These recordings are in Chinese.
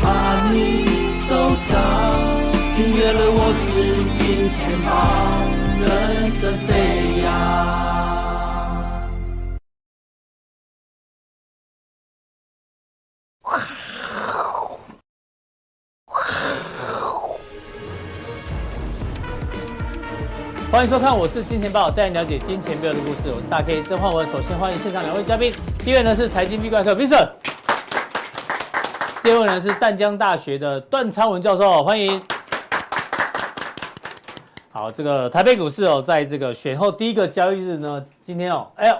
怕你受伤。原谅我是今天吧，人生飞扬。欢迎收看，我是金钱豹，带你了解金钱豹的故事。我是大 K 曾焕文。首先欢迎现场两位嘉宾，第一位呢是财经壁怪客 Vincent，第二位呢是淡江大学的段昌文教授，欢迎。好，这个台北股市哦，在这个选后第一个交易日呢，今天哦，哎呦，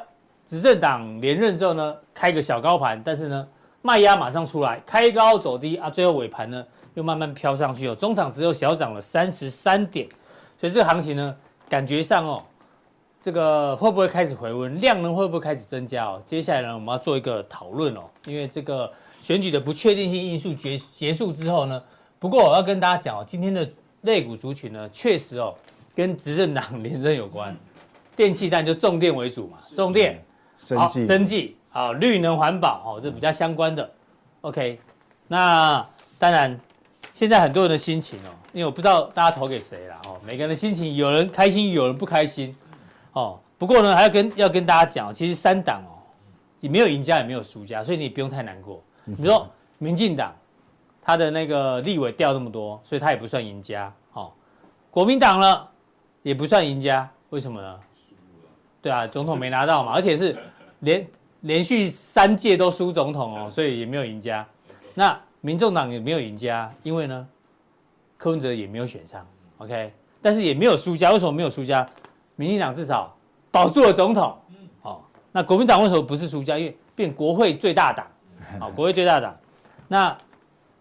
执政党连任之后呢，开个小高盘，但是呢，卖压马上出来，开高走低啊，最后尾盘呢又慢慢飘上去哦，中场只有小涨了三十三点，所以这个行情呢，感觉上哦，这个会不会开始回温，量能会不会开始增加哦？接下来呢，我们要做一个讨论哦，因为这个选举的不确定性因素结结束之后呢，不过我要跟大家讲哦，今天的类股族群呢，确实哦，跟执政党连任有关，电气弹就重电为主嘛，重电。生好，计生计，好，绿能环保，哦，这比较相关的。OK，那当然，现在很多人的心情哦，因为我不知道大家投给谁啦，哦，每个人的心情，有人开心，有人不开心，哦。不过呢，还要跟要跟大家讲哦，其实三党哦，也没有赢家，也没有输家，所以你不用太难过。你说民进党，他的那个立委掉那么多，所以他也不算赢家，哦。国民党呢，也不算赢家，为什么呢？对啊，总统没拿到嘛，而且是连连续三届都输总统哦，所以也没有赢家。那民众党也没有赢家，因为呢，柯文哲也没有选上，OK，但是也没有输家。为什么没有输家？民进党至少保住了总统，哦，那国民党为什么不是输家？因为变国会最大党，好、国会最大党。那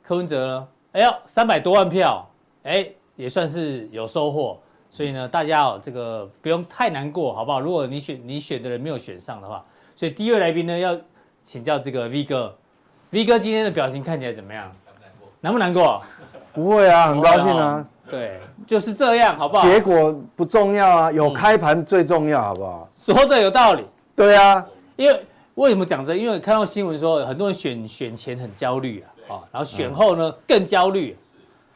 柯文哲呢？哎呦，三百多万票，哎，也算是有收获。所以呢，大家哦，这个不用太难过，好不好？如果你选你选的人没有选上的话，所以第一位来宾呢，要请教这个 V 哥，V 哥今天的表情看起来怎么样？难不难过？不会啊，很高兴不会啊哦。对，就是这样，好不好？结果不重要啊，有开盘最重要，好不好？说的有道理，对啊，因为为什么讲这？因为看到新闻说很多人选选前很焦虑啊，哦，然后选后呢更焦虑，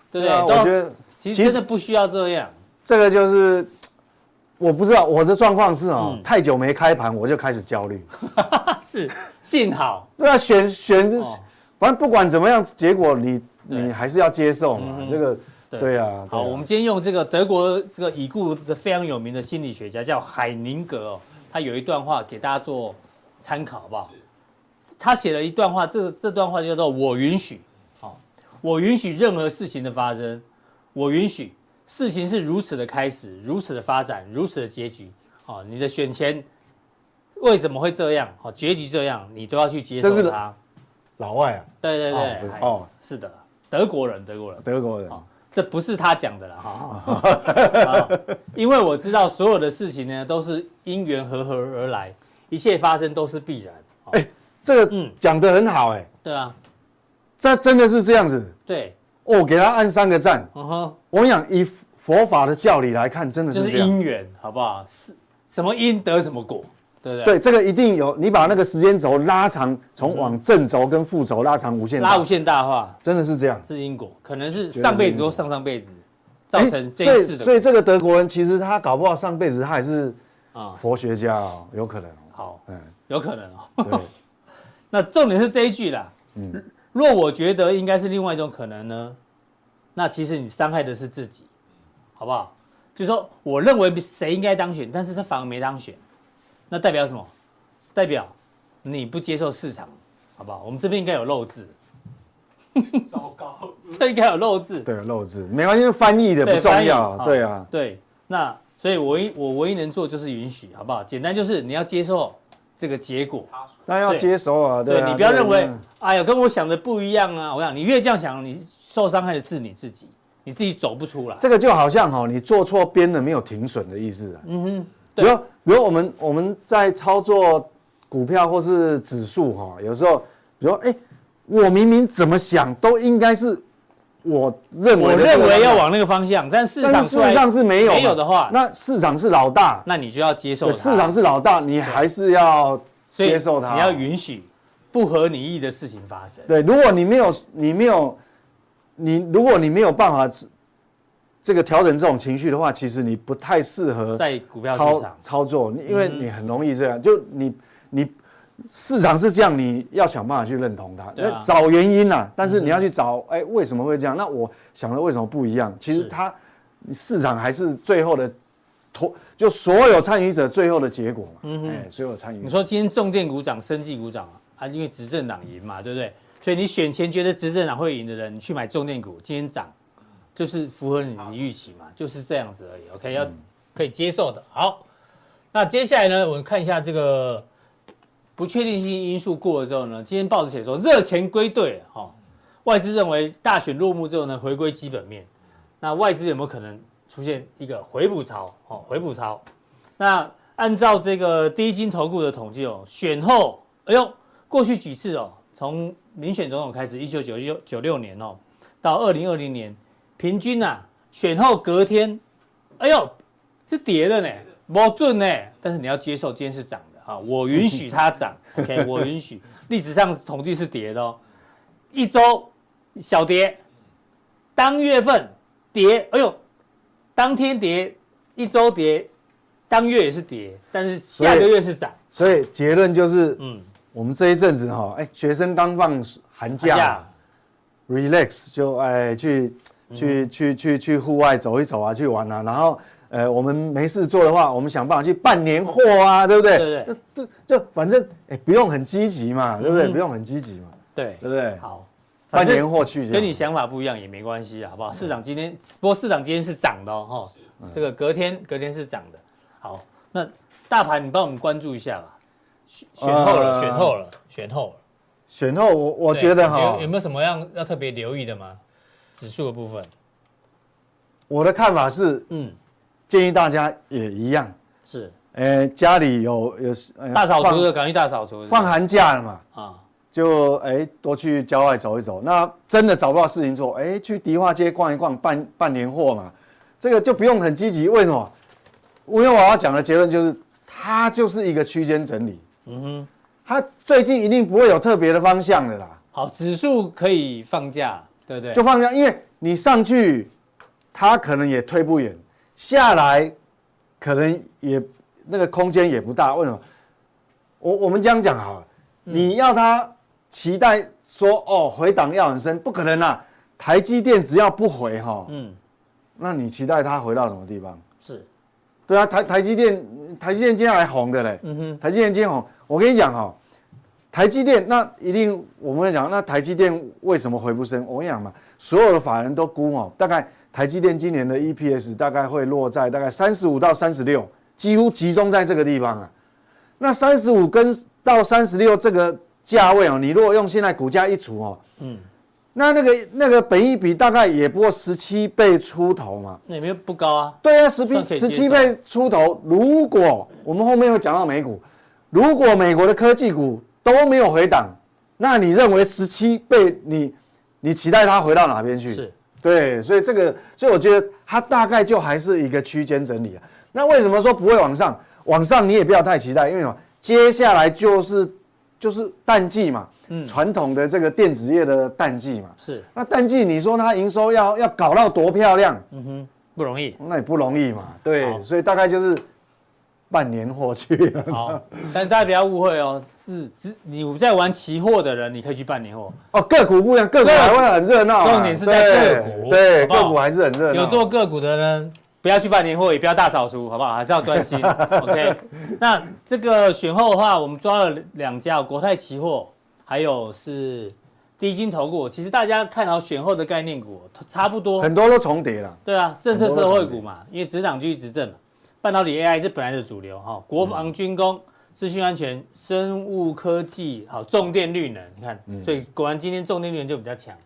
对不嗯啊，对？都我觉得其其实实真的不需要这样， 这个就是，我不知道我的状况是哦嗯，太久没开盘我就开始焦虑。啊是幸好对啊，选选哦，反正不管怎么样，结果你对你还是要接受嗯嘛哼。这个对对啊，好，对啊我们今天用这个德国这个已故的非常有名的心理学家叫海宁格哦，他有一段话给大家做参考，好不好？他写了一段话，这这段话叫做“我允许”，哦，我允许任何事情的发生，我允许事情是如此的开始，如此的发展，如此的结局，哦，你的选前为什么会这样？哦，结局这样，你都要去接这是受它。老外啊，对对对，哦不是哎哦是的，德国人，德国人。德国人好这不是他讲的啦，哈、 好因为我知道所有的事情呢都是因缘和合而来，一切发生都是必然。哦哎这个嗯讲得很好哎，对啊，这真的是这样子。对，哦，给他按三个赞。嗯哼，我想以佛法的教理来看，真的就是是这样。因缘，好不好？是什么因得什么果，对不对？对，这个一定有。你把那个时间轴拉长，从往正轴跟负轴拉长无限大，拉无限大化真的是这样。是因果，可能是绝对是上辈子因或果上上辈子造成这诶一所世以所的以这个德国人其实他搞不好上辈子他还是啊、佛学家哦，有可能哦。好，嗯，有可能哦。对， 那重点是这一句啦。嗯若我觉得应该是另外一种可能呢，那其实你伤害的是自己，好不好？就说我认为谁应该当选，但是他反而没当选，那代表什么？代表你不接受市场，好不好？我们这边应该有漏字， 糟糕， 这应该有漏字。对，漏字没关系，翻译的对不重要翻译啊。对啊，对，那所以我唯一我唯一能做就是允许，好不好？简单就是你要接受这个结果，但要对接手啊。对啊你不要对啊认为嗯，哎呀，跟我想的不一样啊！我想你越这样想，你受伤害的是你自己，你自己走不出来。这个就好像哈，你做错边了没有停损的意思啊。嗯哼，比对如比如我们我们在操作股票或是指数哈，有时候比如说哎、我明明怎么想都应该是我认为我的认为要这个往那个方向，但市方向，场但是出事来实上是没有嘛没有的话，那那市场是老大，那你就要接受对它市场是老大，你还是要所以接受它，你要允许不合你意的事情发生。对，如果你没有你没有你，如果你没有办法这个调整这种情绪的话，其实你不太适合在股票市操场，嗯操作，你因为你很容易这样，就你你市场是这样，你要想办法去认同它，对啊嗯那找原因呐，但是你要去找，哎，为什么会这样？那我想了为什么不一样？其实是它市场还是最后的托，就所有参与者最后的结果嘛，嗯哎，所有参与者你说今天重电股涨，生技股涨啊啊，因为执政党赢嘛，对不对？所以你选前觉得执政党会赢的人，你去买重电股，今天涨，就是符合你的预期嘛，就是这样子而已。OK，要可以接受的。好，那接下来呢，我们看一下这个不确定性因素过了之后呢，今天报纸写说热钱归队了哈、哦，外资认为大选落幕之后呢，回归基本面。那外资有没有可能出现一个回补潮？哦，回补潮。那按照这个第一金投顾的统计哦，选后，哎呦，过去几次哦，从民选总统开始，一九九六九六年哦，到二零二零年，平均啊，选后隔天，哎呦，是跌的呢，不准呢，但是你要接受今天是涨的啊，我允许它涨，OK，我允许。历史上统计是跌的哦，一周小跌，当月份跌，哎呦，当天跌，一周跌，当月也是跌，但是下个月是涨。所以结论就是，嗯，我们这一阵子哈，哎，学生刚放寒这假，relax 就哎去嗯去去去去户外走一走啊，去玩啊，然后。呃，我们没事做的话，我们想办法去办年货啊，对不对？对对对，就就反正哎，不用很积极嘛，对不对？嗯不用很积极嘛，对，对不对？好，反办年正货去就好跟你想法不一样也没关系啊，好不嗯好？市场今天，不过市场今天是涨的哦，哈，这个隔天隔天是涨的。好，那大盘你帮我们关注一下吧。选选后了，呃选后了，选后了。选后我我对觉得你哈有，没有什么样要特别留意的吗？指数的部分，我的看法是嗯，建议大家也一样，是呃，家里有有呃大扫除放的，赶快去大扫除。是吧放寒假了嘛，啊，就哎多去郊外走一走。那真的找不到事情做，哎去迪化街逛一逛，办办年货嘛，这个就不用很积极。为什么？因为我要讲的结论就是，它就是一个区间整理。嗯哼，它最近一定不会有特别的方向的啦，好，指数可以放假，对不对？就放下，因为你上去，它可能也推不远，下来可能也那个空间也不大。为什么？我我们这样讲好了，你要它期待说哦回档要很深，不可能啦。台积电只要不回哈、嗯，那你期待它回到什么地方？是，对啊，台台积电，台积电今天还红的嘞。嗯哼，台积电今天红，我跟你讲哈、哦，台积电那一定我们会讲，那台积电为什么回不升？我跟你讲嘛，所有的法人都估哦，大概台积电今年的 EPS 大概会落在大概三十五到三十六，几乎集中在这个地方啊。那三十五跟到三十六这个价位哦，你如果用现在股价一除哦，嗯，那那个那个本益比大概也不过十七倍出头嘛。那也没有不高啊，对啊，十倍算可以接十受七倍出头。如果我们后面会讲到美股，如果美国的科技股都没有回档，那你认为十七倍你你期待它回到哪边去？是，对，所以这个，所以我觉得它大概就还是一个区间整理啊。那为什么说不会往上？往上你也不要太期待，因为什么？接下来就是就是淡季嘛，嗯传统的这个电子业的淡季嘛。是，那淡季你说它营收要要搞到多漂亮？嗯哼，不容 易。那也不容易嘛，好对，所以大概就是半年货去了。好，但大家不要误会哦，是只你在玩期货的人，你可以去办年货，哦，个股不一样，个股对还会很热闹啊。重点是在个股对，好对不好个股还是很热闹。有做个股的呢，不要去办年货，也不要大扫除，好不好？还是要专 心。OK，那这个选后的话，我们抓了两家，国泰期货，还有是低金投顾。其实大家看好选后的概念股，差不多，很多都重叠了，对啊，政策社会股嘛，因为执掌继续执政嘛，半导体 AI 这本来的主流哈、国防军嗯工、资讯安全、生物科技，好，重电绿能，你看，所以果然今天重电绿能就比较强。嗯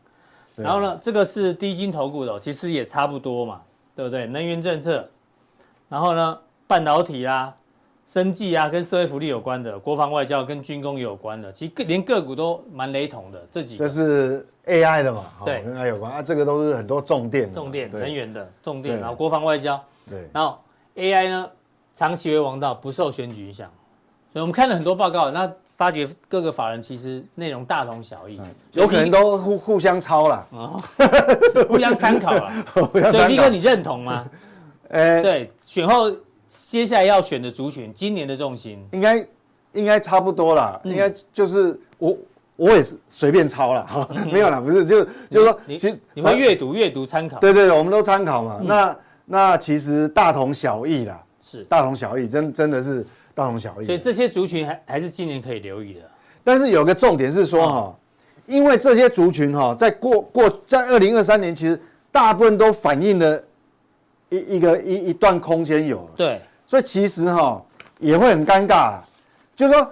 对啊然后呢，这个是低金投股的哦，其实也差不多嘛，对不对？能源政策，然后呢，半导体啊、生技啊，跟社会福利有关的，国防外交跟军工有关的，其实个连个股都蛮雷同的，这几这个是 AI 的嘛？哦对跟 AI 有关啊，这个都是很多重电的嘛。重点对能源的重点，对然后国防外交。对，然后 AI 呢，长期为王道，不受选举影响。所以我们看了很多报告，那发觉各个法人其实内容大同小异，嗯有可能都互互相抄啦。 互相参考了。互相哦所以参 P 考哥，你认同 吗？呃，对，选后接下来要选的族群，今年的重心，应该应该差不多啦，嗯应该就是我我也是随便抄啦，哈，没有啦，不是，就就是说，嗯你其实你会阅读阅读参考，嗯对对对，我们都参考嘛。那那其实大同小异啦，是，大同小异，真真的是大同小异。所以这些族群还还是今年可以留意的。但是有个重点是嗯说哈，因为这些族群哈，在过过在二零二三年，其实大部分都反映了一一个一一段空间有了，对，所以其实哈也会很尴尬啦。就是说，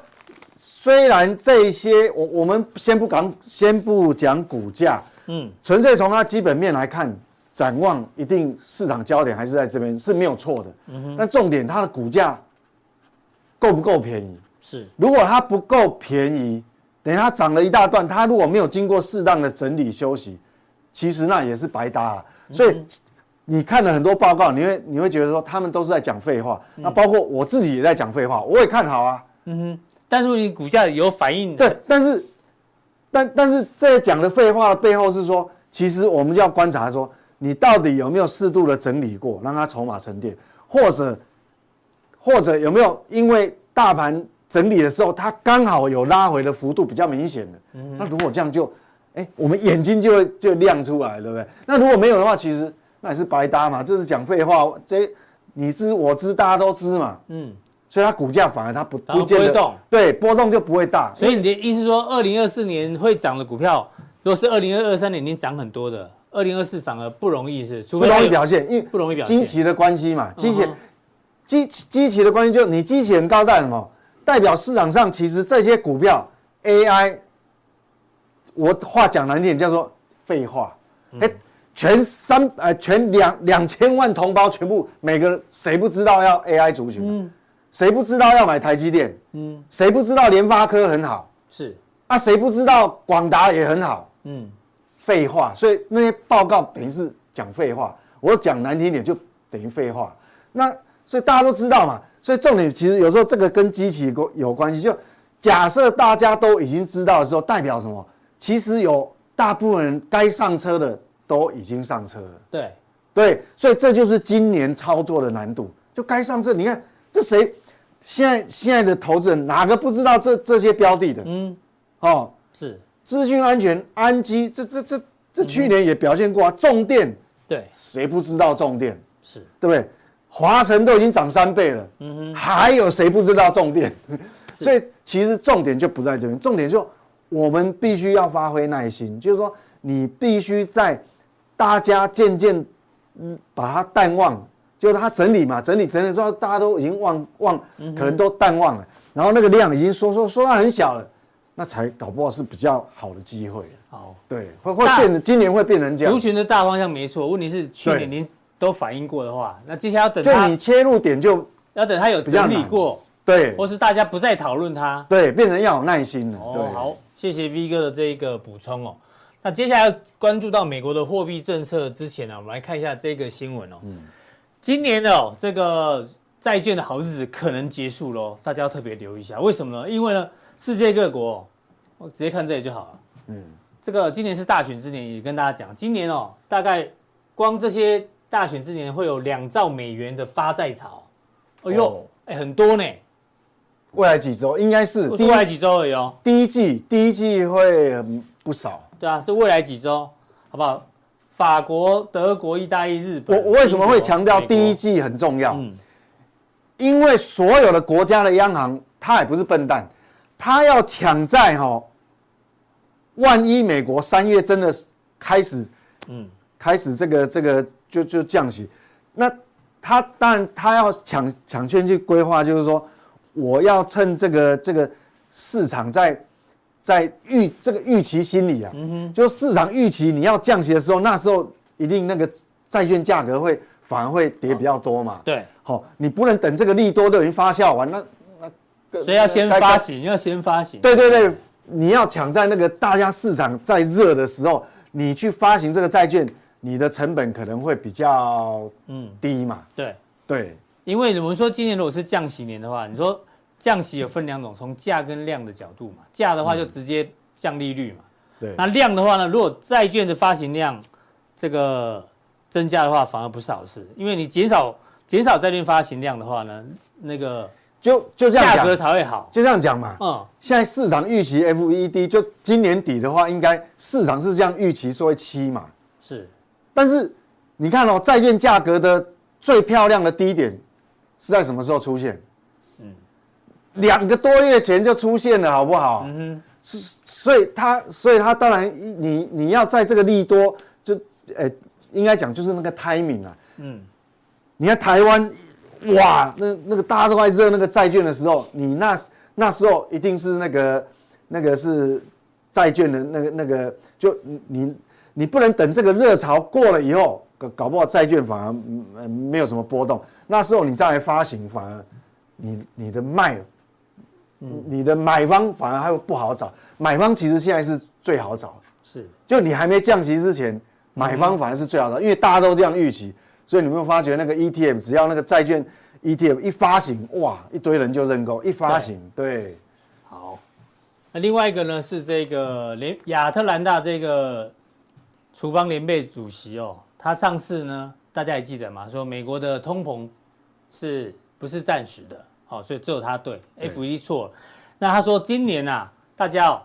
虽然这些我我们先不讲先不讲股价，嗯，纯粹从它基本面来看，展望一定市场焦点还是在这边是没有错的。但重点它的股价够不够便宜？是，如果它不够便宜，等于它涨了一大段，它如果没有经过适当的整理休息，其实那也是白搭、啊。所以你看了很多报告，你会你会觉得说他们都是在讲废话。那包括我自己也在讲废话，我也看好啊。嗯哼，但是你股价有反应，对，但是但但是这讲的废话的背后是说，其实我们就要观察说，你到底有没有适度的整理过，让它筹码沉淀，或者或者有没有因为大盘整理的时候，它刚好有拉回的幅度比较明显的，嗯那如果这样就，哎、我们眼睛就会就亮出来，对不对？那如果没有的话，其实那也是白搭嘛，这是讲废话，这你知我知大家都知嘛，嗯，所以它股价反而它不反而不见不会得动对，波动就不会大，所以你的意思说，二零二四年会涨的股票，如果是二零二二三年已经涨很多的，二零二四反而不容易是，除不非它容易有表现，因为不容易表基现。期的关系嘛，基期嗯哼基基期的关系就你基期很高，代表什么？代表市场上其实这些股票 AI，我话讲难听，叫做废话。嗯哎、全三呃全两两千万同胞全部每个谁不知道要 AI 族群？嗯谁不知道要买台积电？嗯，谁不知道联发科很好？是，啊，谁不知道广达也很好？嗯，废话，所以那些报告等于是讲废话。我讲难听一点，就等于废话。那所以大家都知道嘛，所以重点其实有时候这个跟机器有有关系。就假设大家都已经知道的时候，代表什么？其实有大部分人该上车的都已经上车了。对，对，所以这就是今年操作的难度，就该上这。你看这谁，现在现在的投资人哪个不知道这这些标的的？嗯，哦，是，资讯安全、安基，这这这这去年也表现过啊。重电对，谁不知道重电，是，对不对？华晨都已经涨三倍了，还有谁不知道重电？所以其实重点就不在这边，重点就我们必须要发挥耐心，就是说你必须在大家渐渐嗯把它淡忘，就是它整理嘛，整理整理之后大家都已经忘忘，嗯可能都淡忘了，然后那个量已经缩缩缩到很小了，那才搞不好是比较好的机会。好，对，会会大变成今年会变成这样族，群的大方向没错，问题是去对年您都反映过的话，那接下来要等就它你，切入点就要等它有整比较理难过，对或是大家不再讨论它。对，变成要有耐心了。对哦，，好，谢谢 V 哥的这一个补充哦。那接下来要关注到美国的货币政策之前呢、我们来看一下这个新闻哦。嗯今年的哦，这个债券的好日子可能结束喽，大家要特别留意一下。为什么呢？因为呢，世界各国、哦，我直接看这里就好了。嗯这个今年是大选之年，也跟大家讲，今年哦，大概光这些大选之年会有两兆美元的发债潮。哎呦哦，哎、很多呢，未来几周应该是未第一来几周而已哦。第一季，第一季会嗯不少。对啊，是未来几周，好不好？法国、德国、意大利、日我本，我为什么会强调第一一？季很重要？嗯因为所有的国家的央行，它也不是笨蛋，它要抢在哈、万一美国三月真的开始嗯，开始这个这个就就降息，那他当然他要抢抢先去规划，就是说我要趁这个这个市场在在预这个预期心理嗯啊，就市场预期你要降息的时候，那时候一定那个债券价格会反而会跌比较多嘛。对，好、你不能等这个利多都已经发酵完，那那所以要先呃该发行，要先发行。对对对，你要抢在那个大家市场在热的时候，你去发行这个债券，你的成本可能会比较嗯低嘛。对，对因为我们说今年如果是降息年的话，你说降息有分两种，从价跟量的角度嘛。价的话嗯就直接降利率嘛。对那量的话呢，如果债券的发行量这个增加的话，反而不是好事，因为你减少减少债券发行量的话呢，那个就就这样价讲格，才会好。就这样讲嘛。嗯，现在市场预期 FED 就今年底的话，应该市场是这样预期说七嘛。是但是你看哦，债券价格的最漂亮的低点是在什么时候出现？嗯，两个多月前就出现了，好不好？嗯所以它，所以它当然你你要在这个利多就，呃、应该讲就是那个 timing 啊。嗯，你看台湾，哇，那那个大家都在热那个债券的时候，你那那时候一定是那个那个是债券的那个那个，就你你你不能等这个热潮过了以后，搞搞不好债券反而嗯呃没有什么波动，那时候你再来发行，反而你你的卖，你的买方反而还会不好找，买方其实现在是最好找，是，就你还没降息之前，买方反而是最好的，因为大家都这样预期，所以你有没有发觉那个 ETF 只要那个债券 ETF 一发行，哇，一堆人就认购，一发行，对，好，那另外一个呢是这个联亚特兰大这个厨房联袂主席哦，他上次呢大家还记得吗？说美国的通膨是不是暂时的？好、所以只有他对对 F 一错了。那他说今年啊，大家哦，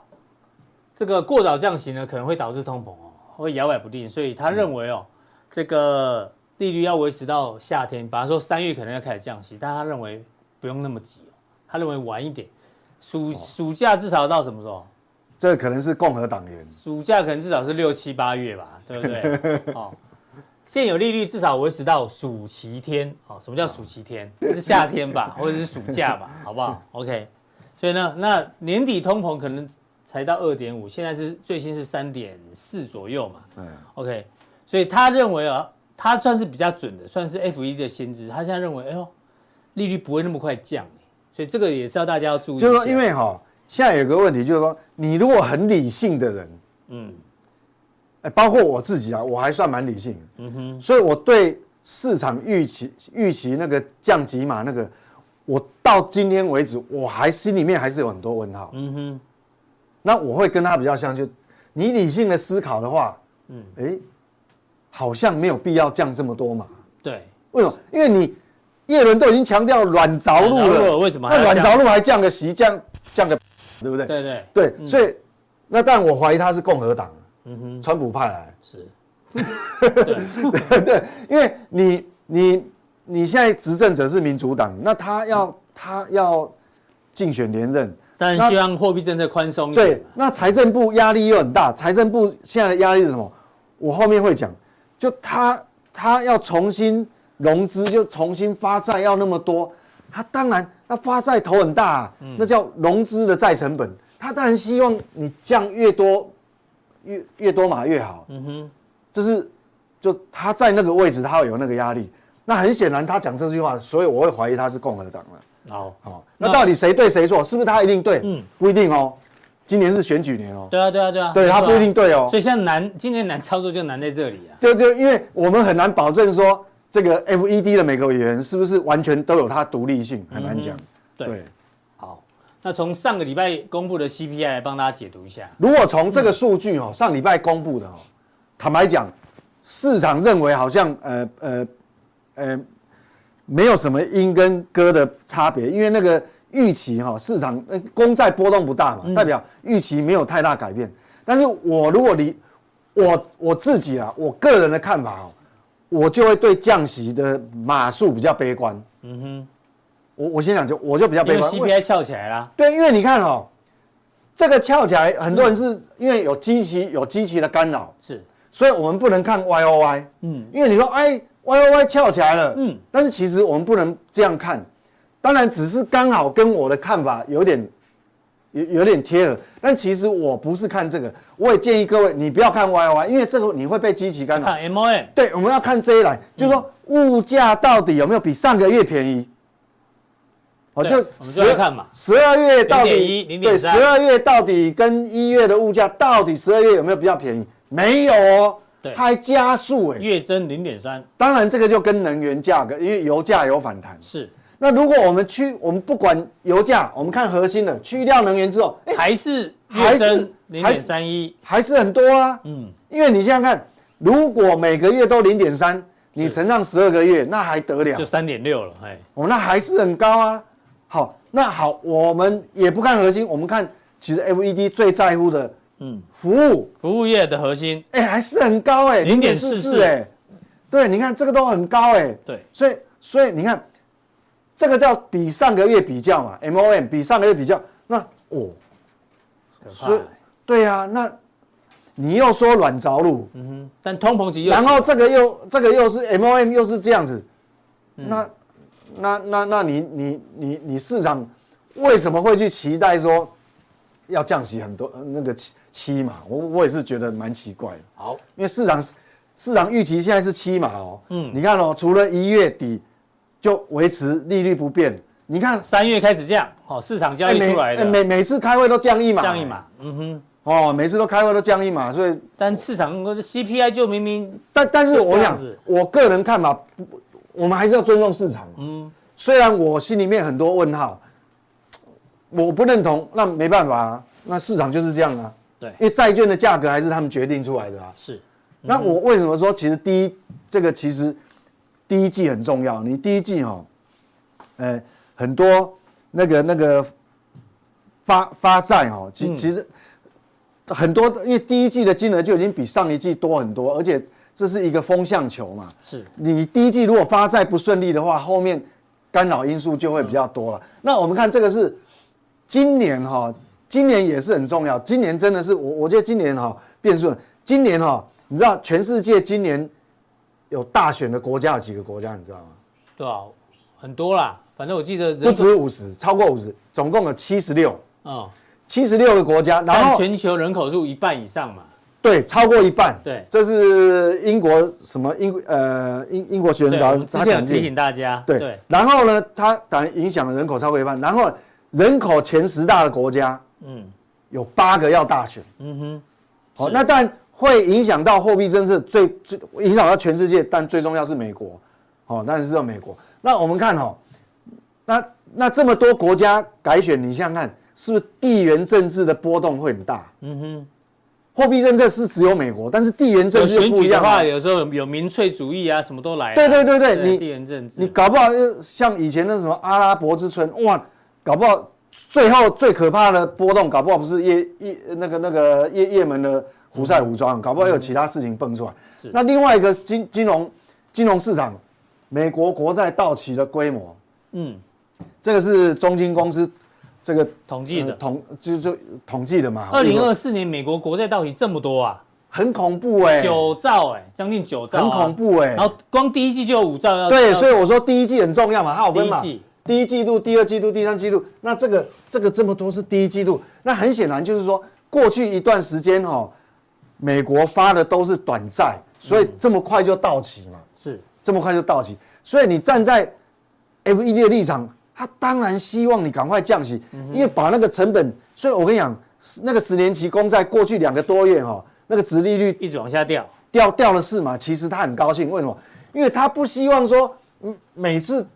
这个过早降息呢可能会导致通膨哦，会摇摆不定，所以他认为哦，这个利率要维持到夏天，把他说三月可能要开始降息，但他认为不用那么急哦，他认为晚一点。哦暑暑假至少到什么时候？这可能是共和党员，暑假可能至少是六七八月吧，对不 对？哦，现有利率至少维持到暑期天。哦，什么啊叫暑期天？是夏天 吧，或者是暑假吧，好不好？OK。所以呢，那年底通膨可能才到二点五，现在是最新是三点四左右嘛。嗯， OK，所以他认为啊，他算是比较准的，算是 F 一的先知。他现在认为，哎呦，利率不会那么快降，所以这个也是要大家要注意一下。就是说因为哈、现在有个问题就是说，你如果很理性的人，嗯哎，包括我自己啊，我还算蛮理性的，嗯哼，所以我对市场预期预期那个降级码那个，我到今天为止，我还心里面还是有很多问号，嗯哼。那我会跟他比较像，就你理性的思考的话，嗯，哎、好像没有必要降这么多嘛？对，为什么？因为你叶伦都已经强调软着陆软着了，陆为什么还那要软降着陆还降个息，降降个，对不对？对对，对，所以那但我怀疑他是共和党，嗯哼，川普派来，是， 对，因为你你你现在执政者是民主党，那他要、他要竞选连任，但那希望货币政策宽松一点对嘛。，那财政部压力又很大，财政部现在的压力是什么？我后面会讲，就他他要重新融资，就重新发债要那么多，他当然那发债头很大、啊，嗯那叫融资的债成本，他当然希望你降越多越越多码越好，嗯哼，就是就他在那个位置，他会有那个压力。那很显然，他讲这句话，所以我会怀疑他是共和党了。好，好，那到底谁对谁错？是不是他一定对？嗯不一定哦。今年是选举年哦，对啊对啊对啊，对没他错不啊一定对哦所。以现在难，今年难操作就难在这里啊。就就因为我们很难保证说这个 FED 的每个委员是不是完全都有他独立性，很难讲。嗯对，好，那从上个礼拜公布的 CPI 来帮大家解读一下。如果从这个数据哦，上礼拜公布的哦，坦白讲，市场认为好像呃呃呃没有什么因跟歌的差别，因为那个预期哈、市场呃公债波动不大嘛，代表预期没有太大改变。但是我如果离我我自己啊，我个人的看法哦，我就会对降息的码数比较悲观。嗯哼，我我先讲就我就比较因悲为观， CPI 翘起来啦，对，因为你看哦，这个翘起来，很多人是因为有机器有机器的干扰，是所以我们不能看 Y O Y。嗯，因为你说哎 Y O Y 翘起来了，嗯嗯，但是其实我们不能这样看，当然只是刚好跟我的看法有点有有点贴合，但其实我不是看这个，我也建议各位你不要看 Y O Y，因为这个你会被机器干扰。看 MOM 对，我们要看这一栏，就是说嗯物价到底有没有比上个月便宜？哦，对就我们就来看嘛十二月到底0.1对，十0.3二月到底跟一月的物价到底十二月有没有比较便宜？没有哦对，它还加速哎。月增零点三，当然，这个就跟能源价格，因为油价有反弹。是那如果我们去，我们不管油价，我们看核心的，去掉能源之后，哎、还是还月是增零还点是三一，还是很多啊。嗯，因为你想想看，如果每个月都零点三，你乘上十二个月，那还得了就？三点六了，哎，我、哦、那还是很高啊。好，那好，我们也不看核心，我们看其实 FED 最在乎的嗯，服务，服务业的核心，哎、还是很高哎、 0.44哎，对，你看这个都很高哎、对，所以所以你看，这个叫比上个月比较嘛，MOM 比上个月比较，那哦，可怕所以对呀、那你又说软着陆，嗯哼，但通膨期又起然后这个又这个又是 MOM 又是这样子，嗯那那那那你你你你市场为什么会去期待说要降息很多呃那个七七嘛？我我也是觉得蛮奇怪的，好，因为市场市场预期现在是七嘛哦，嗯嗯，你看哦，除了一月底就维持利率不变，你看三月开始降，哦，市场交易每出来哎的每每次开会都降一码，降一码，嗯哼，哦，每次都开会都降一码，所以但市场 CPI 就明明但但是就这我样想子，我个人看法，不我们还是要尊重市场。嗯，虽然我心里面很多问号，我不认同，那没办法啊，那市场就是这样啊。对因为债券的价格还是他们决定出来的啊。是那我为什么说其实第一这个其实第一季很重要？你第一季哈、呃，很多那个那个发发债哈、其嗯其实很多，因为第一季的金额就已经比上一季多很多，而且这是一个风向球嘛。是，你第一季如果发债不顺利的话，后面干扰因素就会比较多了。那我们看这个是今年哈、今年也是很重要。今年真的是我，我觉得今年哈、变数很，今年哈、你知道全世界今年有大选的国家有几个国家，你知道吗？对吧？很多啦，反正我记得不人口，止五十，超过五十，总共有七十六，嗯，七十六个国家，然占后全球人口数一半以上嘛，对超过一半。对这是英国什么英呃英英国学人对，杂我志们之他前有统计提醒大家，对，对，然后呢，它当然影响了人口超过一半。然后人口前十大的国家嗯有八个要大选，嗯哼，好、是那但会影响到货币政策最最影响到全世界，但最重要是美国，好、当然是到美国。那我们看哈、哦，那那这么多国家改选，你想想看，是不是地缘政治的波动会很大？嗯哼。货币政策是只有美国，但是地缘政有治选不举一的样、话，啊。有时候有有民粹主义啊，什么都来啊。对对对对你地缘政治，你搞不好就像以前那什么阿拉伯之春，哇，搞不好最后最可怕的波动，搞不好不是也也那个那个也也门的胡塞武装，搞不好有其他事情蹦出来。是那另外一个金金融金融市场，美国国债到期的规模，嗯，这个是中金公司这个统计呃的，统就就统计的嘛，二零二四年美国国债到底这么多啊，很恐怖哎、九兆哎，将近九兆，很恐。怖哎、然后光第一季就有五兆要，对，要所以我说第一季很重要嘛，它有分嘛第一季，第一季度、第二季度、第三季度。那这个这个这么多是第一季度，那很显然就是说，过去一段时间哈、哦，美国发的都是短债，所以这么快就到期嘛，是这么快就到期。所以你站在 FED 的立场，他当然希望你赶快降息，因为把那个成本。所以我跟你讲，那个十年期公债过去两个多月哈、哦，那个殖利率一直往下掉，掉掉了四码，其实他很高兴，为什么？因为他不希望说，嗯，每次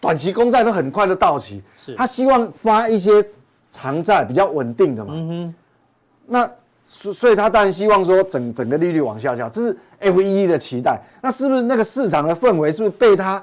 短期公债都很快的到期是，他希望发一些长债比较稳定的嘛。嗯哼那所所以他当然希望说整整个利率往下降，这是 FED 的期待。那是不是那个市场的氛围是不是被他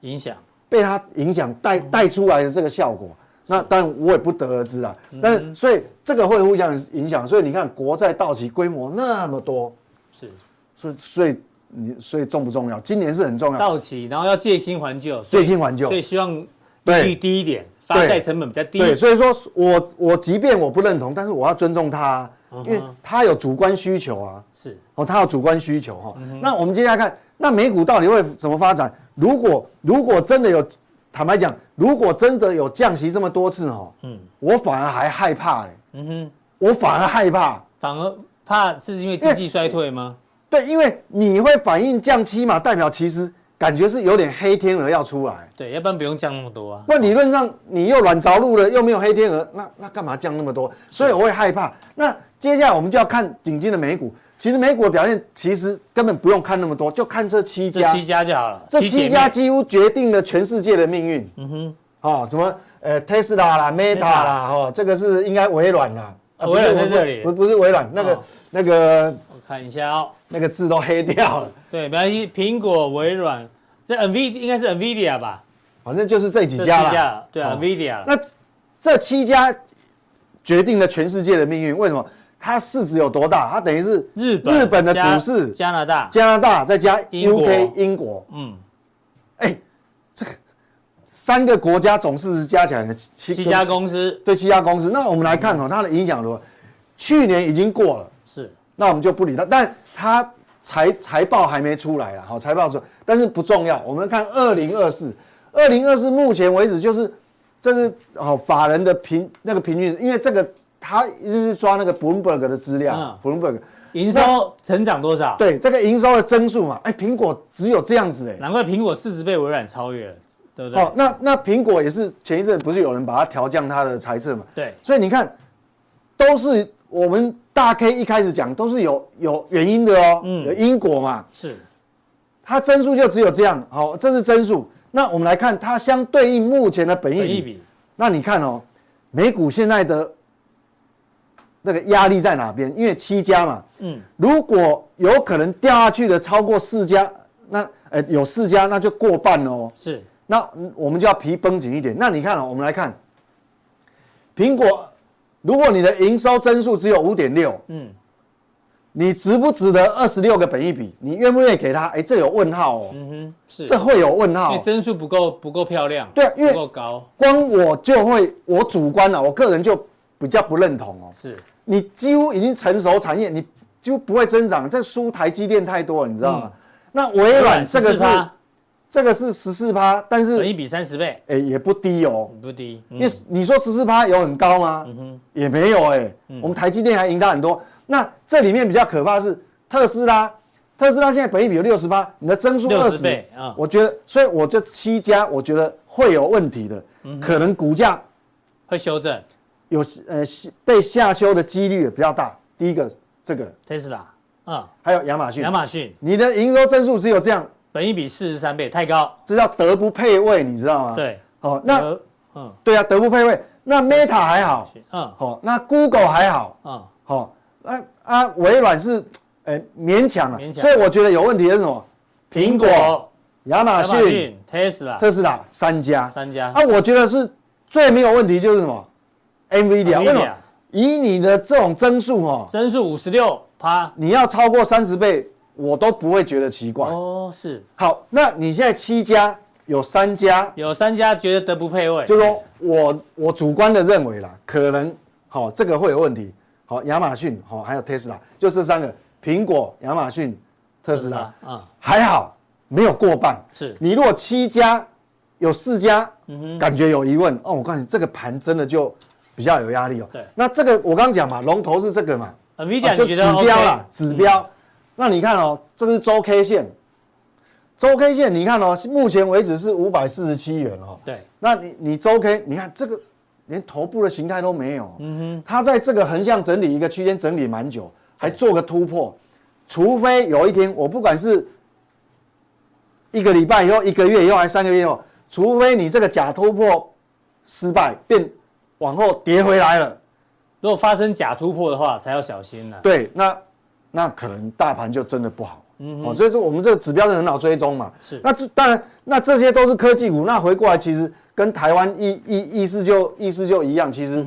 影响被它影响带嗯带出来的这个效果，那当然我也不得而知啊。但嗯是所以这个会互相影响，所以你看国债到期规模那么多，是所以所以你所以重不重要？今年是很重要，到期，然后要借新还旧，所以最啊新还旧所以。希望利对率低一点，发对债成本比较低，对，所以说我我即便我不认同，但是我要尊重他啊，因为他有主观需求啊，是哦，他有主观需求哈、那我们接下来看，那美股到底会怎么发展？如果如果真的有，坦白讲，如果真的有降息这么多次哦，嗯嗯，我反而还害怕嘞、嗯哼，我反而害怕。反而怕是因为经济衰退吗？对，因为你会反应降息嘛，代表其实感觉是有点黑天鹅要出来。对，要不然不用降那么多啊。那理论上你又软着陆了，又没有黑天鹅，那那干嘛降那么多？所以我会害怕。那接下来我们就要看紧接的美股，其实美股的表现其实根本不用看那么多，就看这七这家，七家就好了。这姐妹七家几乎决定了全世界的命运。嗯哼，哦，什么呃，Tesla 啦，Meta 啦，哦，这个是应该微软啦，啊哦微软在不是这里不不是微软，那个哦那个我看一下哦，那个字都黑掉了，对，没关系，苹果、微软，这 NVIDIA 应该是 NVIDIA 吧？反正就是这几这家七啦。了对哦啊，NVIDIA 了。那这七家决定了全世界的命运，为什么？它市值有多大？它等于是日本、日本的加股市加拿大，加拿大再加英国 UK 英国，嗯，哎、这个三个国家总市值加起来呢，七七家公司对七家公司。那我们来看哦，它的影响如何？去年已经过了，是那我们就不理它，但它财财报还没出来啦，好，财报出，但是不重要。我们看二零二四，二零二四目前为止就是这是哦法人的平那个平均，因为这个他就是抓那个 Bloomberg 的资料、，Bloomberg 营收成长多少？对这个营收的增速嘛，哎，苹果只有这样子哎、难怪苹果市值被微软超越了，对不哦对？，那那苹果也是前一阵不是有人把它调降它的财测嘛？对，所以你看，都是我们大 K 一开始讲都是有有原因的哦，嗯有因果嘛，是它增速就只有这样，好、这是增速。那我们来看它相对应目前的本益本益比，比那你看哦，美股现在的那个压力在哪边？因为七家嘛，嗯，如果有可能掉下去的超过四家，那呃有四家那就过半哦。是那嗯我们就要皮绷紧一点。那你看哦，我们来看，苹果，如果你的营收增速只有五点六，嗯，你值不值得二十六个本益比？你愿不愿意给他？哎，这有问号哦，嗯哼，是，这会有问因号为哦。增速不够不够漂亮，对啊因为不够高，光我就会，我主观啊了、我个人就比较不认同哦。是你几乎已经成熟产业，你几乎不会增长，这输台积电太多了，你知道吗？那嗯微软啊这个是14%这个是十四趴，但本是益比三十倍哎也不低哦。不低，嗯因为你说十四趴有很高吗？也没有哎、我们台积电还赢它很多。那这里面比较可怕是特斯拉，特斯拉现在本益比有六十八，你的增速二60十啊倍嗯我觉得，所以我这七家我觉得会有问题的，可能股价会修正有呃被下修的几率也比较大。第一个这个， Tesla，嗯，还有亚马逊，亚马逊你的营收增速只有这样，本益比四十三倍太高，这叫德不配位，你知道吗？，对，哦，那呃嗯对啊，德不配位。那 Meta 还好，嗯哦，那 Google 还好，嗯好、那啊，微软是，呃，勉强了、勉强所以我觉得有问题的是什么？苹果、亚亚马马逊、逊 Tesla 特斯拉三家。三家啊，我觉得是最没有问题就是什么？NVIDIA，为什么 NVIDIA？以你的这种增速哦，增速五十六趴你要超过三十倍，我都不会觉得奇怪。哦，是好，那你现在七家有三家，有三家觉得德不配位，就是说我我主观的认为啦，可能好、这个会有问题。好、亚马逊好、还有 Tesla，就这三个，苹果、亚马逊、特斯拉，嗯还好没有过半。是你如果七家有四家，感觉有疑问哦，我告诉你，这个盘真的就比较有压力哦。对那这个我刚刚讲嘛，龙头是这个嘛，啊 NVIDIA 就你指觉得标啦 OK，，嗯指标。那你看哦，这个是周 K 线，周 K 线你看哦，目前为止是五百四十七元哦。对，那你你周 K，你看这个连头部的形态都没有，嗯哼，它在这个横向整理一个区间整理蛮久，还做个突破，除非有一天我不管是一个礼拜以后、一个月以后还是三个月以后，除非你这个假突破失败，变往后跌回来了，如果发生假突破的话，才要小心啊了。对，那那可能大盘就真的不好。嗯，哦，所以说我们这个指标是很好追踪嘛。是那这当然，那这些都是科技股。那回过来，其实跟台湾意意意思就意思就一样。其实，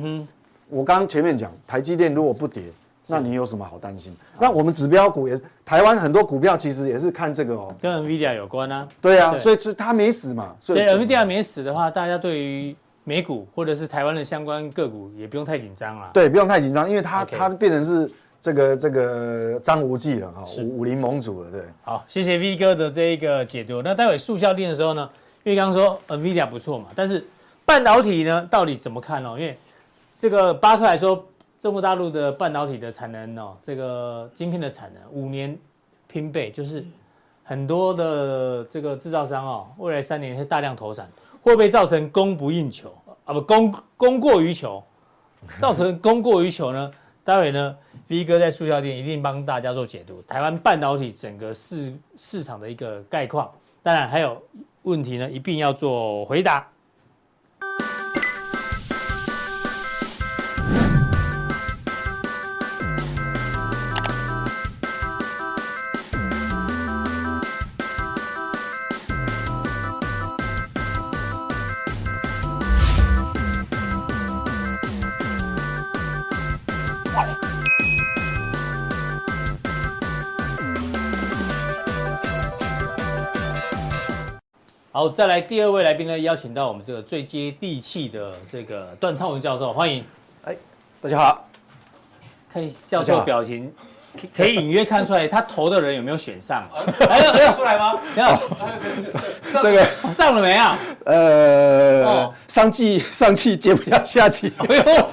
我刚刚前面讲，台积电如果不跌，那你有什么好担心？那我们指标股也是，台湾很多股票其实也是看这个哦。跟 NVIDIA 有关啊，对啊，对所以所以它没死嘛。所所以以 NVIDIA 没死的话，大家对于美股或者是台湾的相关个股也不用太紧张啦。对，不用太紧张，因为它 OK 它变成是这个这个张无忌了哈，武武林盟主了，对。好，谢谢 V 哥的这一个解读。那待会速效定的时候呢，因为刚刚说 NVIDIA 不错嘛，但是半导体呢到底怎么看哦？因为这个巴克来说，中国大陆的半导体的产能哦，这个晶片的产能五年拼倍，就是很多的这个制造商哦，未来三年会大量投产，会不会造成供不应求啊？不，供供过于求，造成供过于求呢？待会呢，V 哥在速效店一定帮大家做解读台湾半导体整个市市场的一个概况，当然还有问题呢一并要做回答。好，再来第二位来宾呢，邀请到我们这个最接地气的这个段超文教授，欢迎。大家好，看教授表情，可可以隐约看出来他投的人有没有选上。哎呦哎呦，出来吗？你看这个上了没啊？呃，哦上季 上季接不了下季，哎呦，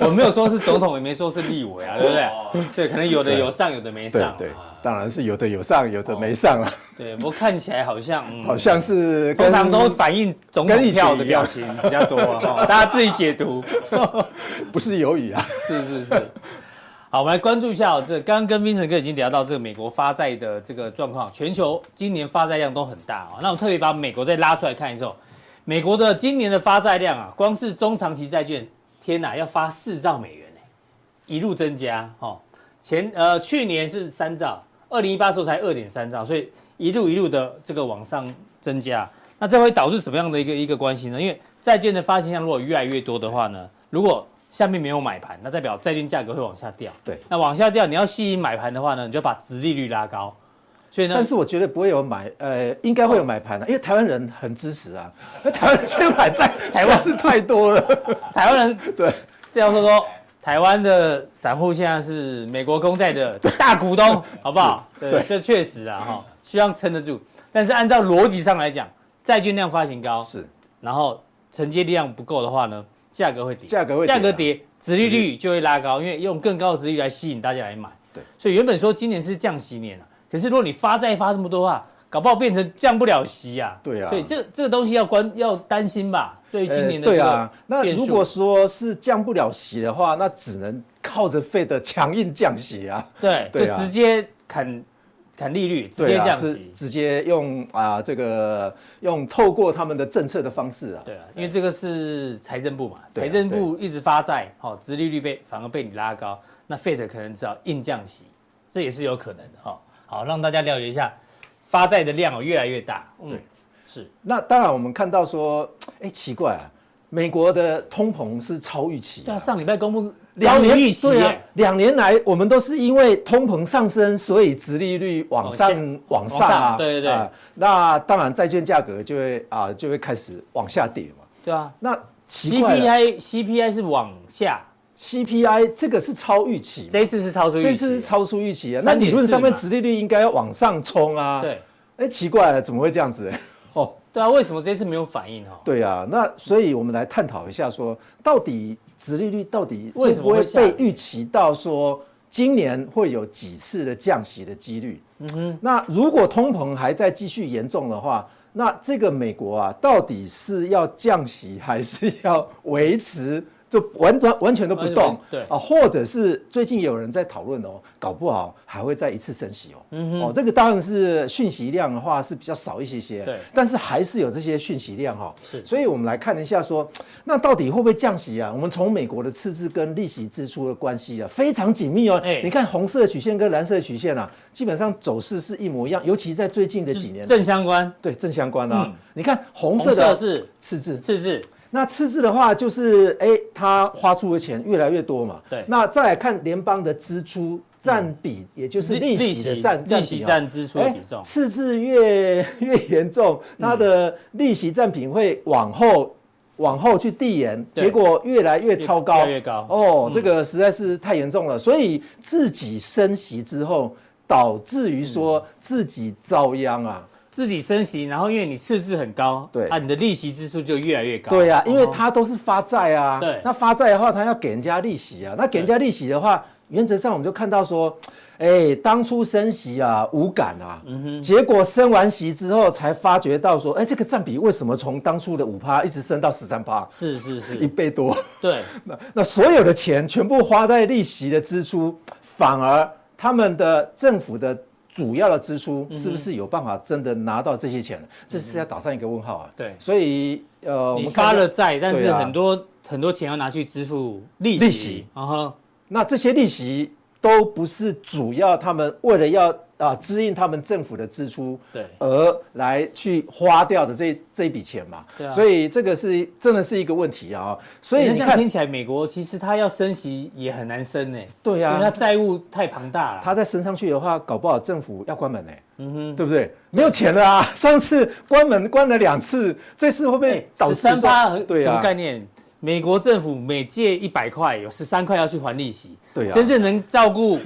我没有说是总统，也没说是立委啊，对不对？对，可能有的有上，有的没对上。 对，当然是有的有上，有的 没上了，对，不过看起来好像嗯好像是通跟常都反映总跟统以前票的一样表情比较多 哦，大家自己解读。 不是鱿鱼啊，是是是。好，我们来关注一下、哦、这刚刚跟 Vincent 哥已经聊到这个美国发债的这个状况，全球今年发债量都很大啊、哦。那我特别把美国再拉出来看一下、哦，美国的今年的发债量啊，光是中长期债券，天哪，要发四兆美元呢，一路增加哦。前呃去年是三兆，二零一八时候才二点三兆，所以一路一路的这个往上增加。那这会导致什么样的一个一个关系呢？因为债券的发行量如果越来越多的话呢，如果下面没有买盘，那代表债券价格会往下掉。对那往下掉，你要吸引买盘的话呢，你就把殖利率拉高。所以呢但，是我觉得不会有买，呃，应该会有买盘的、因为台湾人很支持啊，那台湾人现在买 债，台湾是太多 了，台湾人 对，教授说，台湾的散户现在是美国公债的大股 东，好不好？对，这确实啊，哈，希望撑得住。但是按照逻辑上来讲，债券量发行高，是然后承接力量不够的话呢，价格会跌，价格会跌啊价格跌，殖利率就会拉高，因为用更高的殖利率来吸引大家来买。对，所以原本说今年是降息年啊，可是如果你发债发这么多啊，搞不好变成降不了息啊。对啊对，这这个东西要关要担心吧？对于今年的这呃对个、啊，那变如数果说是降不了息的话，那只能靠着费的强硬降息啊。对，对就啊直接砍砍利率，直接对啊降直息。直接用啊、这个用透过他们的政策的方式啊，对啊，因为这个是财政部嘛，对啊财政部一直发债，好、哦，殖利率被反而被你拉高，那 Fed 可能只好硬降息，这也是有可能的哈、哦。好，让大家了解一下，发债的量哦越来越大，嗯对，是那当然我们看到说，哎，奇怪啊，美国的通膨是超预期、对啊啊，，上礼拜公布两高于年预期对啊耶，两年来我们都是因为通膨上升，所以殖利率往上往往下上啊，对对对啊那当然债券价格就会啊就会开始往下跌嘛。对啊那奇怪啊了，CPI CPI 是往下， CPI 这个是超预期嘛，这一次是超出预期，这次是超出预期啊。 3.4那理论上面嘛殖利率应该要往上冲啊。，对哎，奇怪了，怎么会这样子？ 哦，对啊，为什么这次没有反应哦？对啊，那所以我们来探讨一下说，到底殖利率到底为会什不么会会下跌被预期到说今年会有几次的降息的几率？嗯哼，那如果通膨还在继续严重的话，那这个美国啊，到底是要降息还是要维持？就完全完全都不动，对啊，或者是最近有人在讨论哦，搞不好还会再一次升息哦，嗯哦，这个当然是讯息量的话是比较少一些些，对但是还是有这些讯息量哈、哦。是所以我们来看一下说，那到底会不会降息啊？我们从美国的赤字跟利息支出的关系啊，非常紧密哦。哎你看红色的曲线跟蓝色的曲线啊，基本上走势是一模一样，尤其在最近的几年，正相关，对正相关啊。嗯你看红红色色的啊是赤字，赤字，那赤字的话，就是哎，他花出的钱越来越多嘛。对嗯那再来看联邦的支出占比，也就是利息的占利息比啊占支出的哎比重，嗯赤字越越严重，它的利息占比会往后往后去递延，对结果越来越超高，越来越高哦嗯，这个实在是太严重了，所以自己升息之后，导致于嗯说自己遭殃啊。自己升息，然后因为你赤字很高，对啊，你的利息支出就越来越高。对啊呀、因为哦它都是发债啊。对那发债的话，它要给人家利息啊。那给人家利息的话，原则上我们就看到说，哎，当初升息啊无感啊，嗯结果升完息之后才发觉到说，哎，这个占比为什么从当初的五趴一直升到十三趴，是是一是，倍多？ 对，那那所有的钱全部花在利息的支出，反而他们的政府的主要的支出嗯是不是有办法真的拿到这些钱？这是要打上一个问号啊。对所以呃，我你们发看到了债，但对是啊很多很多钱要拿去支付利息，利息啊哈，那这些利息都不是主要他们为了要啊支应他们政府的支出，对而来去花掉的这这一笔钱嘛。对啊所以这个是真的是一个问题啊。所以那你这样看听起来，美国其实它要升息也很难升呢，对啊因为它债务太庞大了，他再升上去的话，搞不好政府要关门呢、嗯哼，对不对？没有钱了啊！上次关门关了两次，这次会不会导哎十致说三趴什对么啊，概念？美国政府每借一百块，有十三块要去还利息，对啊真正能照顾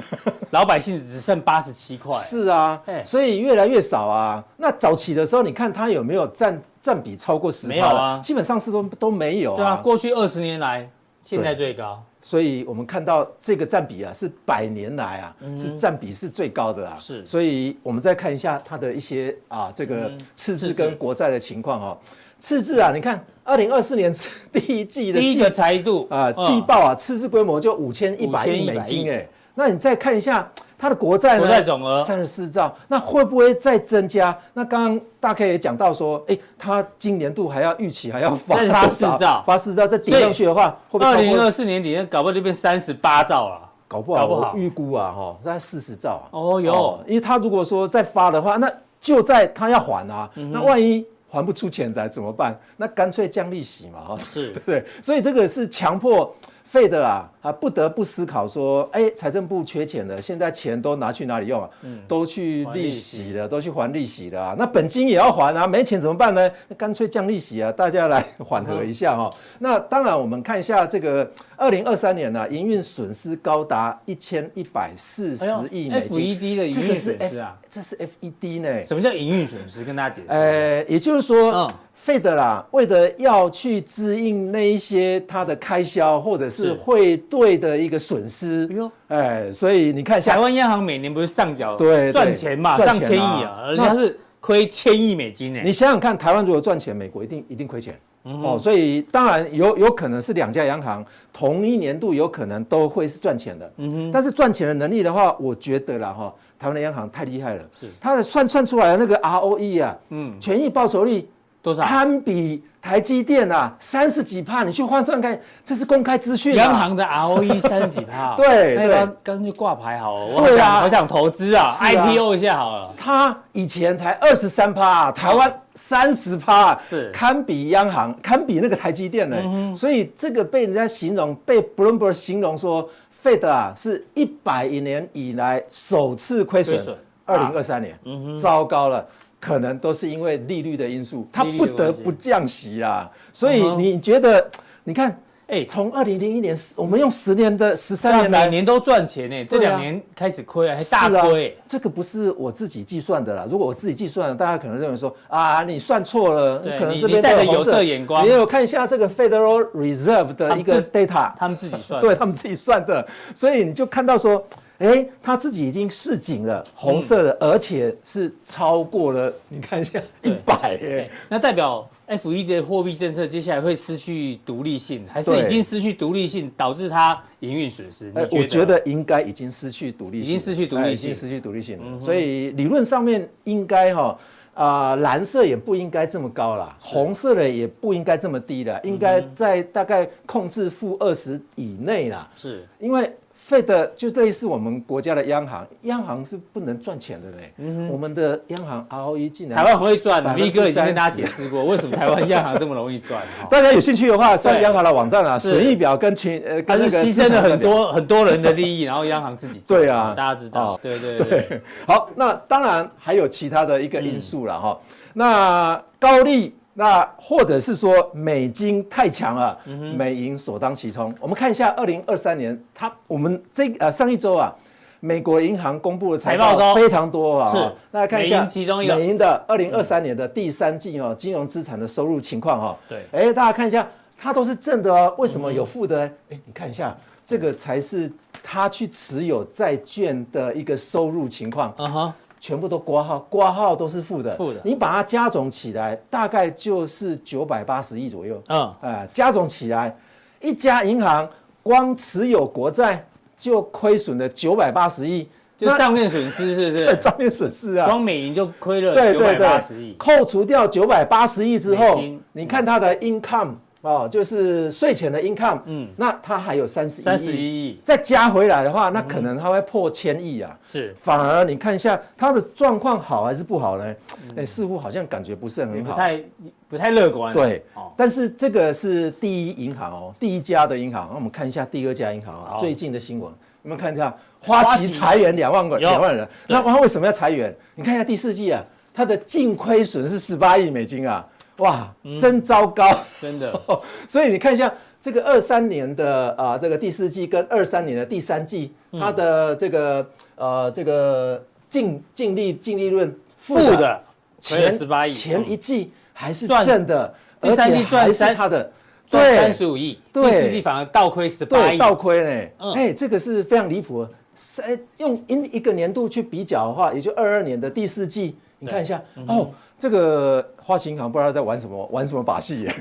老百姓只剩八十七 块，是啊哎，所以越来越少啊。那早期的时候，你看它有没有占占比超过十？没有啊基本上是都都没有对啊，过去二十年来现在最高，所以我们看到这个占比啊，是百年来啊，是占比是最高的啊。嗯是嗯所以我们再看一下它的一些啊，这个赤赤字字跟国债的情况哦。赤字啊，你看二零二四年第一季的嗯第一季个财度啊，嗯季报啊，赤字规模就五千一百亿美5100亿金哎、那你再看一下它的国债呢？国债总额三十四兆，那会不会再增加？那刚刚大 K 也讲到说，哎、它今年度还要预期还要发再发多少4兆发四兆再顶上去的话，会不会二超零过二四年底，那搞不好就变三十八兆了。搞不好，搞不好我预估啊，哈，大概四十兆啊。哦哟因为他如果说再发的话，那就在他要还啊，嗯那万一还不出钱来怎么办？那干脆降利息嘛，哈，是对，不对？所以这个是强迫费的啊，啊，不得不思考说，哎，财政部缺钱了，现在钱都拿去哪里用啊？嗯都去利息了，都去还利息了啊。那本金也要还啊，没钱怎么办呢？那干脆降利息啊，大家嗯来缓和一下哦。那当然，我们看一下这个二零二三年呢、营运损失高达一千一百四哎十亿美金。 FED E 的营这运个是损失啊 F-，这是 FED 呢，什么叫营运损失？跟大家解释。呃，也就是说嗯，费德啦，为了要去支应那一些它的开销或者是是汇兑的一个损失哎呦，哎，所以你看一台下，湾央行每年不是上缴对对赚钱嘛，赚上钱啊千亿啊，而且那它是亏千亿美金呢。你想想看，台湾如果赚钱，美国一定一定亏钱。嗯哦，所以当然有有可能是两家央行同一年度有可能都会是赚钱的，嗯但是赚钱的能力的话，我觉得啦哈，台湾的央行太厉害了，是它的算算出来的那个 ROE 啊，嗯嗯，权益报酬率多少？堪比台积电啊，三十几帕，你去换算看，这是公开资讯、啊。央行的 ROE 三十几趴， 对那对要干脆挂牌好了。我好对想啊好想投资啊是啊，IPO 一下好了。它以前才二十三趴，台湾三十趴，是嗯堪比央行，堪比那个台积电呢、所以这个被人家形容，被 Bloomberg 形容说，Fed 啊是一百年以来首次亏损亏损，啊嗯二零二三年、糟糕了。可能都是因为利率的因素，它利率不的关得系不降息啦。所以嗯哼你觉得，你看，哎，从二零零一年，我们用十年的十这三样年每来年都赚钱呢，这对啊两年开始亏，还是大啊亏。这个不是我自己计算的啦。如果我自己计算，大家可能认为说啊，你算错了，对可能你这你边带着红有色眼光也有看一下这个 Federal Reserve 他的们一个自 data，他们自己算的，对他们自己算的，所以你就看到说，哎，他自己已经市井了，红色的，而且是超过了，你看一下一嗯对百耶对。那代表 F E 的货币政策接下来会失去独立性，还是对已经失去独立性，导致它营运损失？哎你，我觉得得应该已经失去独立性了，已经失去独立性嗯哎已经失去独立性了。所以理论上面应该哈啊，蓝色也不应该这么高啦，红色的也不应该这么低嗯的，应该在大概控制负二十以内啦。是因为 Fed 就类似我们国家的央行，央行是不能赚钱的嘞。我们的央行 ROE 竟嗯然台湾很会赚百分之，V 哥已经跟30%大家解释过，为什么台湾央行这么容易赚？ 哈大家有兴趣的话，上对央行的网站啊，是损益表跟群呃，它跟是那个牺资牲产了负很债表多很多人的利益，然后央行自己赚对啊大家知道哦，对对对，嗯好，那当然还有其他的一个因素了哈、那高利，那或者是说美金太强了，嗯美银首当其冲。我们看一下二零二三年，它我们这呃上一周啊，美国银行公布的财财报报周非常多啊。是哦大家看一下美银其中一个美银的二零二三年的第三季哦，金融资产的收入情况哈、哦。对哎，大家看一下，它都是正的哦，为什么有负的呢？哎，你看一下。这个才是他去持有债券的一个收入情况，嗯哼，全部都挂号，挂号都是负的，负的你把它加总起来，大概就是九百八十亿左右，嗯，啊，加总起来，一家银行光持有国债就亏损了九百八十亿，就账面损失是不那是？ 账面损失啊，光美银就亏了对九对百对八十亿，扣除掉九百八十亿之后美金，你看它的 income 哦，就是税前的 income，嗯嗯，那它还有三十三十一亿再加回来的话，那可能它会破千亿啊。是反而你看一下它的状况好还是不好呢？哎，似乎好像感觉不是也很嗯不好。太不太乐观。对哦，，但是这个是第一银行哦，第一家的银行。那我们看一下第二家银行啊好，最近的新闻，你们看一下，花花旗旗裁员两万个有两万人，对那它为什么要裁员？你看一下第四季啊，它的净亏损是十八亿美金啊，哇，嗯真糟糕。 真的，所以你看一下这个二三年的啊、这个第四季跟二三年的第三季，嗯它的这个呃这个净净利净利润负的亏了前十八亿，前一嗯季还是赚正的，第三季而且赚还三是它的赚对三十五亿，第对四季反而倒亏十八对亿，倒亏呢，哎、嗯这个是非常离谱的。是哎，用一一个年度去比较的话，也就二二年的第四季，你看一下、哦，这个花旗银行不知道在玩什么玩什么把戏耶。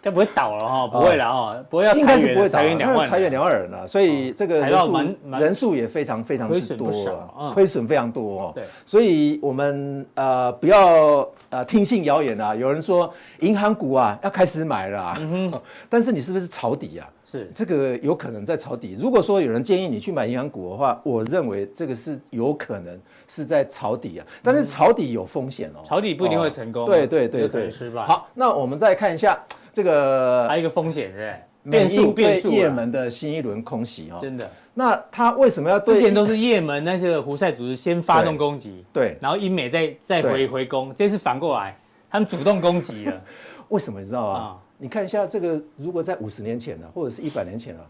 该不会倒了哈？不会了哈，不会要哦应裁该是不员，会裁裁员员两两万，嗯万，裁员两万人了，所以这个裁人到数蛮蛮人数也非常非常亏之损多不少啊嗯，亏损非常多哦。对所以我们呃不要呃听信谣言啊，有人说银行股啊要开始买了啊，嗯 但是你是不是抄底啊？是这个有可能在抄底。如果说有人建议你去买银行股的话，我认为这个是有可能是在抄底啊，但是抄底有风险哦，嗯抄底不一定会成功哦对对对有可能对，失败好，那我们再看一下这个还有一个风险是不是美变英数变对数也啊，门的新一轮空袭哦。真的，那他为什么要对之前都是也门那些胡塞组织先发动攻击，对？然后英美再再回对回攻，这次反过来他们主动攻击了，为什么你知道啊啊？你看一下这个，如果在五十年前呢、或者是一百年前啊，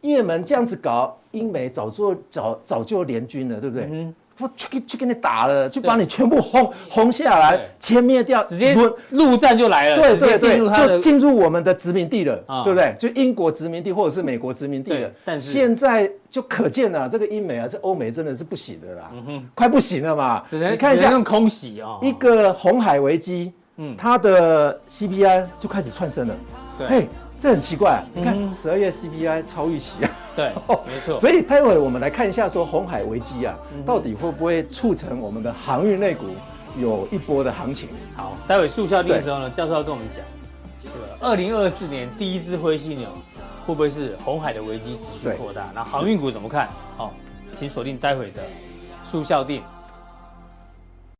也门这样子搞，英美早做早早就联军了，对嗯不对？我去给去给你打了，去把你全部轰轰下对来，歼灭掉，直接轮陆战就来了，对呃直接对进入对，他就的进入我们的殖民地了啊，对不对？就英国殖民地或者是美国殖民地对了。但是现在就可见啊，这个英美啊，这欧美真的是不行的啦，快不行了嘛。嗯只能你看一只能下用空袭啊，一个红海危机，嗯它的 CPI 就开始窜升了。对嘿，这很奇怪啊，你嗯看十二月 CPI 超预期啊。对，没错，嗯 所以待会我们来看一下，说红海危机啊，到底会不会促成我们的航运类股有一波的行情？好，待会速效定的时候呢，教授要跟我们讲，二零二四年第一只灰犀牛会不会是红海的危机持续扩大？那航运股怎么看？好、请锁定待会的速效定